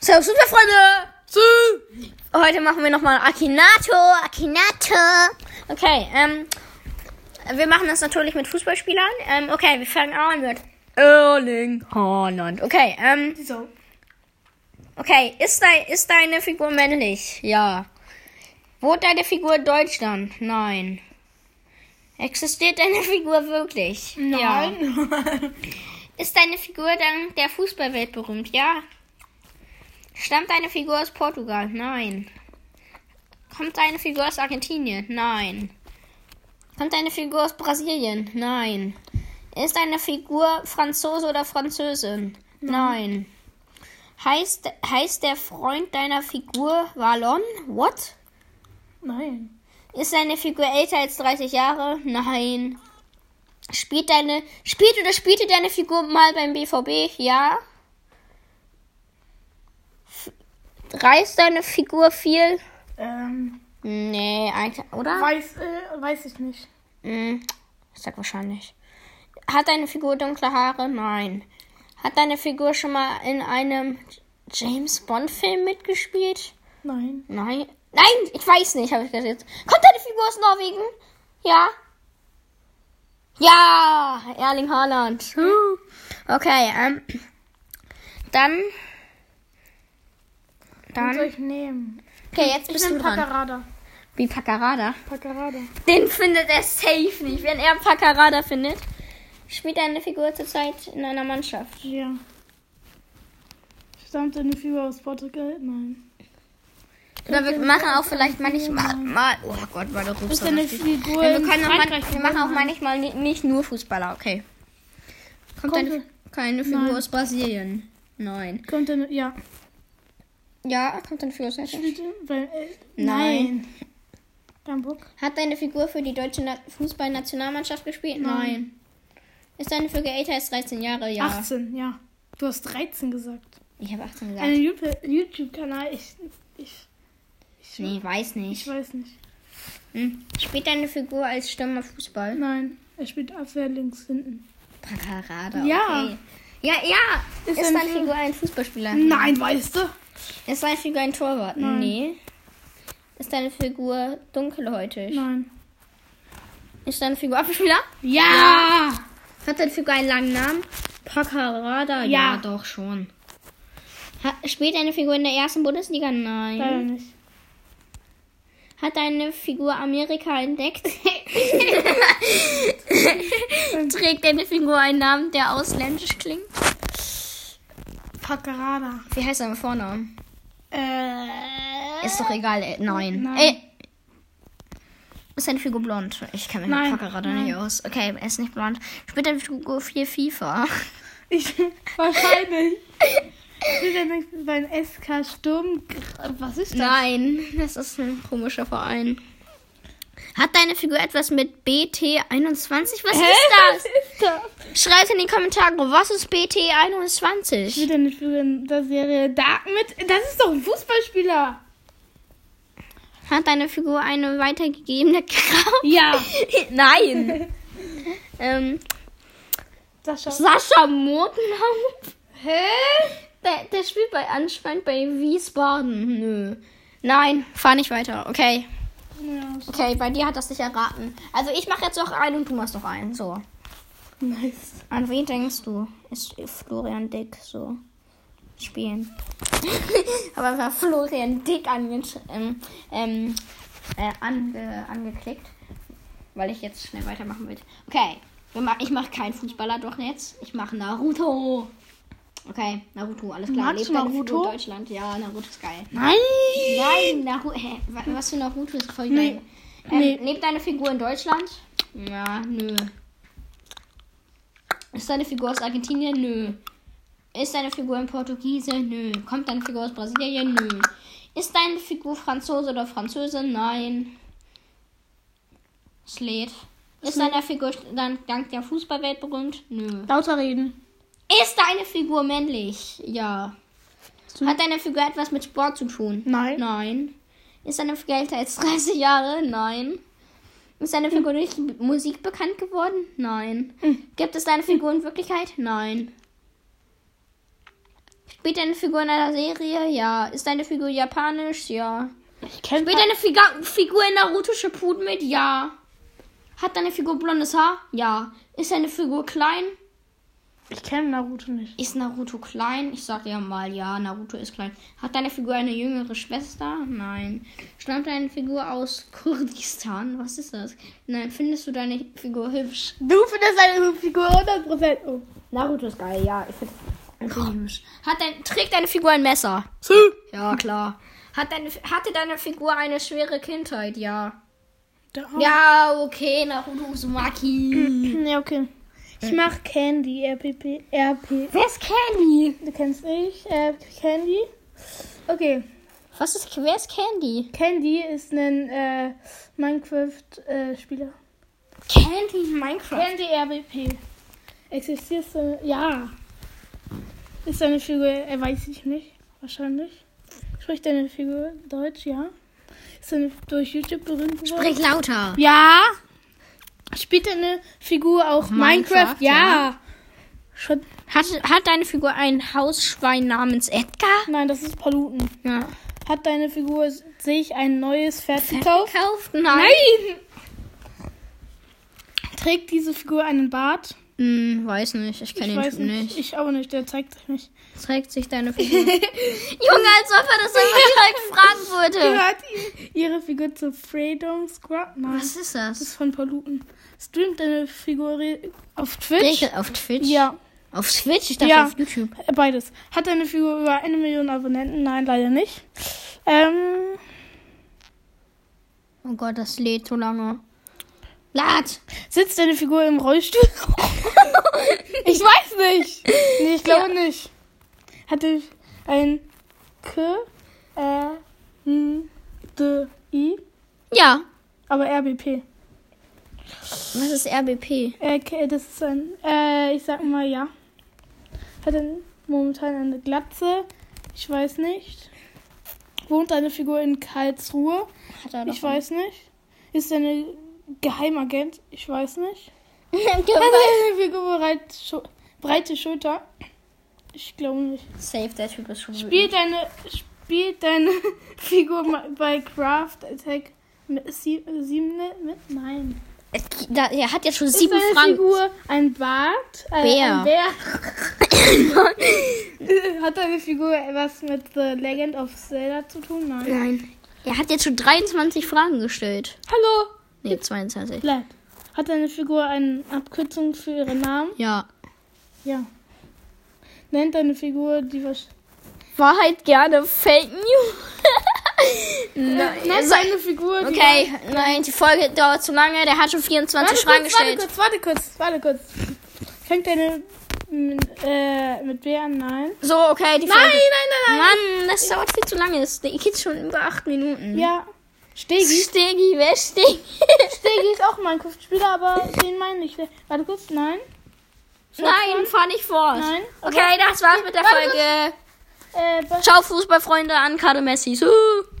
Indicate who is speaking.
Speaker 1: Servus, liebe Freunde!
Speaker 2: Tschüss.
Speaker 1: Heute machen wir nochmal Akinato, Akinato. Okay, ähm, wir machen das natürlich mit Fußballspielern. Ähm, okay, wir fangen an mit Erling Haaland. Okay, ähm,
Speaker 2: So.
Speaker 1: okay, ist, dei- ist deine Figur männlich? Ja. Wohnt deine Figur in Deutschland? Nein. Existiert deine Figur wirklich? Ja.
Speaker 2: Nein.
Speaker 1: Ist deine Figur dann der Fußballwelt berühmt? Ja. Stammt deine Figur aus Portugal? Nein. Kommt deine Figur aus Argentinien? Nein. Kommt deine Figur aus Brasilien? Nein. Ist deine Figur Franzose oder Französin? Nein. Heißt, heißt der Freund deiner Figur Valon? What?
Speaker 2: Nein.
Speaker 1: Ist deine Figur älter als 30 Jahre? Nein. Spielt deine spielt oder spielte deine Figur mal beim BVB? Ja. F- Reist deine Figur viel?
Speaker 2: Ähm,
Speaker 1: Nee, eigentlich, oder?
Speaker 2: weiß, äh, weiß ich nicht.
Speaker 1: Hm, ich sag wahrscheinlich. Hat deine Figur dunkle Haare? Nein. Hat deine Figur schon mal in einem James Bond Film mitgespielt?
Speaker 2: Nein.
Speaker 1: Nein. Nein, ich weiß nicht, habe ich gesagt. Kommt deine Figur aus Norwegen? Ja. Ja, Erling Haaland. Huh. Okay, ähm. Dann.
Speaker 2: Dann soll
Speaker 1: Dann.
Speaker 2: ich nehmen.
Speaker 1: Okay, jetzt
Speaker 2: Ich
Speaker 1: bist du
Speaker 2: nehme
Speaker 1: dran.
Speaker 2: Pacarada.
Speaker 1: Wie Paccarada.
Speaker 2: Pacarada.
Speaker 1: Den findet er safe nicht, wenn er Paccarada findet. Spielt eine Figur zurzeit in einer Mannschaft?
Speaker 2: Ja. Stammt eine Figur aus Portugal? Nein.
Speaker 1: Oder wir machen auch vielleicht manchmal. Mal, oh Gott, war der Ruf
Speaker 2: Ist
Speaker 1: so
Speaker 2: eine
Speaker 1: heftig.
Speaker 2: Figur
Speaker 1: Ja,
Speaker 2: in
Speaker 1: wir, können auch
Speaker 2: Frankreich?
Speaker 1: man, wir machen auch manchmal ni- nicht nur Fußballer, okay. Kommt
Speaker 2: Kommt
Speaker 1: eine, keine Figur
Speaker 2: Nein.
Speaker 1: aus Brasilien? Nein.
Speaker 2: Kommt eine, ja.
Speaker 1: Ja, kommt eine Figur aus Deutschland?
Speaker 2: Bitte? Weil, äh,
Speaker 1: Nein.
Speaker 2: nein. Hamburg?
Speaker 1: Hat deine Figur für die deutsche Na Fußballnationalmannschaft gespielt?
Speaker 2: Nein.
Speaker 1: Ist deine Figur älter als 13 Jahre? Ja.
Speaker 2: 18, ja. Du hast 13 gesagt.
Speaker 1: Ich habe 18 gesagt.
Speaker 2: Einen Ju- YouTube-Kanal, ich, ich, ich,
Speaker 1: nee, weiß
Speaker 2: ich
Speaker 1: nicht.
Speaker 2: weiß nicht.
Speaker 1: Hm. Spielt deine Figur als Stürmer Fußball?
Speaker 2: Nein, er spielt Abwehr links hinten.
Speaker 1: Paccarada,
Speaker 2: Ja.
Speaker 1: okay. Ja, ja. Ist,
Speaker 2: Ist
Speaker 1: deine
Speaker 2: ein-
Speaker 1: Figur Hm. ein Fußballspieler?
Speaker 2: Nein, weißt du?
Speaker 1: Ist deine Figur ein Torwart? Nee. Ist deine Figur dunkelhäutig?
Speaker 2: Nein.
Speaker 1: Ist deine Figur Abwehrspieler?
Speaker 2: Ja!
Speaker 1: Hat deine Figur einen langen Namen? Pacarada? Ja,
Speaker 2: Ja.
Speaker 1: doch schon. Ha spielt deine Figur in der ersten Bundesliga? Nein.
Speaker 2: Leider Äh, nicht.
Speaker 1: Hat deine Figur Amerika entdeckt? Trägt deine Figur einen Namen, der ausländisch klingt?
Speaker 2: Pacarada.
Speaker 1: Wie heißt dein Vorname?
Speaker 2: Äh.
Speaker 1: Ist doch egal, äh, nein.
Speaker 2: Nein.
Speaker 1: Äh, ist deine Figur blond? Ich kenne mich
Speaker 2: Nein,
Speaker 1: mit gerade
Speaker 2: nein.
Speaker 1: nicht aus. Okay, er ist nicht blond. Spielt deine Figur viel FIFA?
Speaker 2: Ich, wahrscheinlich. Spielt er nicht beim SK Sturm? Was ist das?
Speaker 1: Nein, das ist ein komischer Verein. Hat deine Figur etwas mit BT21? Was ist
Speaker 2: ist das?
Speaker 1: das? Schreibt in die Kommentare, was ist BT21?
Speaker 2: Spielt er nicht für in der Serie Dark mit? Das ist doch ein Fußballspieler.
Speaker 1: Hat deine Figur eine weitergegebene Kraft?
Speaker 2: Ja.
Speaker 1: Nein. ähm,
Speaker 2: Sascha.
Speaker 1: Sascha Motenhaupt?
Speaker 2: Hä?
Speaker 1: Der, der spielt bei anscheinend bei Wiesbaden. Nö. Nein, fahr nicht weiter. Okay.
Speaker 2: Ja.
Speaker 1: Okay, bei dir hat das nicht erraten. Also ich mache jetzt noch einen und du machst noch einen. So.
Speaker 2: Nice.
Speaker 1: An wen denkst du? Ist Florian Dick so. Spielen. Aber einfach Florian Dick ange ähm, ähm, äh, ange angeklickt. Weil ich jetzt schnell weitermachen will. Okay. wir ma- Ich mache keinen Fußballer doch jetzt. Ich mache Naruto. Okay, Naruto, alles klar.
Speaker 2: Magst du
Speaker 1: deine Figur
Speaker 2: Naruto?
Speaker 1: in Deutschland. Ja, Naruto ist geil.
Speaker 2: Nein.
Speaker 1: Nein, Naruto. Hä? wa- Was für Naruto ist voll
Speaker 2: Nee.
Speaker 1: geil. Ähm,
Speaker 2: Nee.
Speaker 1: Lebt deine Figur in Deutschland? Ja, nö. Ist deine Figur aus Argentinien? Nö. Ist deine Figur in Portugiese? Nö. Kommt deine Figur aus Brasilien? Nö. Ist deine Figur Franzose oder Französin? Nein. Slate. Ist deine Figur dann dank der Fußballwelt berühmt? Nö.
Speaker 2: Lauter reden.
Speaker 1: Ist deine Figur männlich? Ja. Hat deine Figur etwas mit Sport zu tun?
Speaker 2: Nein.
Speaker 1: Nein. Ist deine Figur älter als 30 Jahre? Nein. Ist deine Figur durch Musik bekannt geworden? Nein. Gibt es deine Figur in Wirklichkeit? Nein. Spielt deine Figur in einer Serie? Ja. Ist deine Figur japanisch? Ja.
Speaker 2: Ich kenne
Speaker 1: Spielt deine Figa Figur in Naruto Shippuden mit? Ja. Hat deine Figur blondes Haar? Ja. Ist deine Figur klein?
Speaker 2: ich kenn Naruto nicht.
Speaker 1: Ist Naruto klein? Ich sag ja mal, ja, Naruto ist klein. Hat deine Figur eine jüngere Schwester? Nein. Stammt deine Figur aus Kurdistan? Was ist das? Nein, findest du deine Figur hübsch?
Speaker 2: Du findest deine Figur 100% um.
Speaker 1: Naruto ist geil, ja. Ich finde hübsch. Hat dein, trägt deine Figur ein Messer? Ja, klar. Hat deine, hatte deine Figur eine schwere Kindheit? Ja. Ja, okay, Naruto Uzumaki.
Speaker 2: Mhm, Ja, okay. Ich mach Candy, RPP, RP.
Speaker 1: Wer ist Candy?
Speaker 2: Du kennst ich, äh, Candy. Okay,
Speaker 1: Was ist, wer ist Candy?
Speaker 2: Candy ist ein äh, Minecraft-Spieler.
Speaker 1: Candy Minecraft.
Speaker 2: Candy RBP. Existiert so, ja. Ist deine Figur, er weiß ich nicht, wahrscheinlich. Spricht deine Figur Deutsch, ja. Ist deine durch YouTube berühmt geworden?
Speaker 1: Sprich lauter.
Speaker 2: Ja. Spielt deine Figur auch Minecraft?
Speaker 1: Minecraft,
Speaker 2: ja. Schon,
Speaker 1: Hat, hat deine Figur ein Hausschwein namens Edgar?
Speaker 2: nein, das ist Paluten.
Speaker 1: Ja.
Speaker 2: Hat deine Figur sich ein neues Pferd gekauft?
Speaker 1: Gekauft? Nein.
Speaker 2: Trägt diese Figur einen Bart?
Speaker 1: Hm, weiß nicht, ich kenne
Speaker 2: Ich
Speaker 1: den
Speaker 2: weiß
Speaker 1: Typen
Speaker 2: nicht.
Speaker 1: nicht.
Speaker 2: Ich auch nicht, der zeigt sich nicht.
Speaker 1: Trägt sich deine Figur. Junge, als ob er das einfach direkt fragen würde.
Speaker 2: gehört i- ihre Figur zu Freedom Squad? Nein,
Speaker 1: Was ist
Speaker 2: das ist
Speaker 1: das?
Speaker 2: von Paluten. Streamt deine Figur re- auf Twitch?
Speaker 1: Regel auf Twitch?
Speaker 2: Ja,
Speaker 1: Auf Twitch? Ich dachte
Speaker 2: Ja.
Speaker 1: auf YouTube.
Speaker 2: beides. Hat deine Figur über eine Million Abonnenten? Nein, leider nicht. Ähm,
Speaker 1: Oh Gott, das lädt so lange. Lad!
Speaker 2: sitzt deine Figur im Rollstuhl? ich weiß nicht. Nee, ich glaube nicht. Hatte ein K, Ä, N, D, I,
Speaker 1: Ja.
Speaker 2: aber RBP.
Speaker 1: Was ist RBP?
Speaker 2: Okay, Äh, das ist ein, äh, ich sag mal ja. Hat ein, momentan eine Glatze. Ich weiß nicht. Wohnt eine Figur in Karlsruhe?
Speaker 1: Hat er
Speaker 2: Ich weiß nicht. Ist er eine Geheimagent? Ich weiß nicht. Hat
Speaker 1: nicht.
Speaker 2: eine Figur bereit, schu breite Schulter? Ich glaube nicht.
Speaker 1: Safe, der Typ ist schon
Speaker 2: Spielt deine, spielt deine Figur ma- bei Craft Attack mit sie- sieben ne, mit? Nein.
Speaker 1: Es g- da- Er hat jetzt schon
Speaker 2: Ist
Speaker 1: sieben
Speaker 2: deine
Speaker 1: Franken.
Speaker 2: Figur ein Bart? Äh,
Speaker 1: Bär.
Speaker 2: Ein Bär. Hat deine Figur was mit The Legend of Zelda zu tun? Nein.
Speaker 1: Nein. Er hat jetzt schon 23 Fragen gestellt.
Speaker 2: Hallo.
Speaker 1: Ne, 22.
Speaker 2: Bleib. Hat deine Figur eine Abkürzung für ihren Namen?
Speaker 1: Ja.
Speaker 2: Ja. Nennt deine Figur die was?
Speaker 1: Wahrheit halt gerne Fake News.
Speaker 2: Äh, Nennt deine Figur die
Speaker 1: Okay, nein, die Folge dauert zu lange. Der hat schon 24
Speaker 2: Warte
Speaker 1: Fragen
Speaker 2: kurz, warte
Speaker 1: gestellt.
Speaker 2: kurz, warte kurz, warte kurz. Fängt deine mit, äh, mit B an? Nein.
Speaker 1: So, okay, die
Speaker 2: Nein, nein,
Speaker 1: Folge.
Speaker 2: nein, nein.
Speaker 1: Mann, das dauert viel zu lange. Es geht schon über 8 Minuten.
Speaker 2: Ja. Stegi.
Speaker 1: Mhm. Stegi, wer ist Stegi?
Speaker 2: Stegi ist auch Minecraft-Spieler, aber den meine ich. Warte kurz, nein.
Speaker 1: Nein, fahr nicht fort.
Speaker 2: Nein.
Speaker 1: Okay, das war's mit der
Speaker 2: Warte.
Speaker 1: Folge.
Speaker 2: Äh,
Speaker 1: Ciao, Fußballfreunde, an Messi. Huh.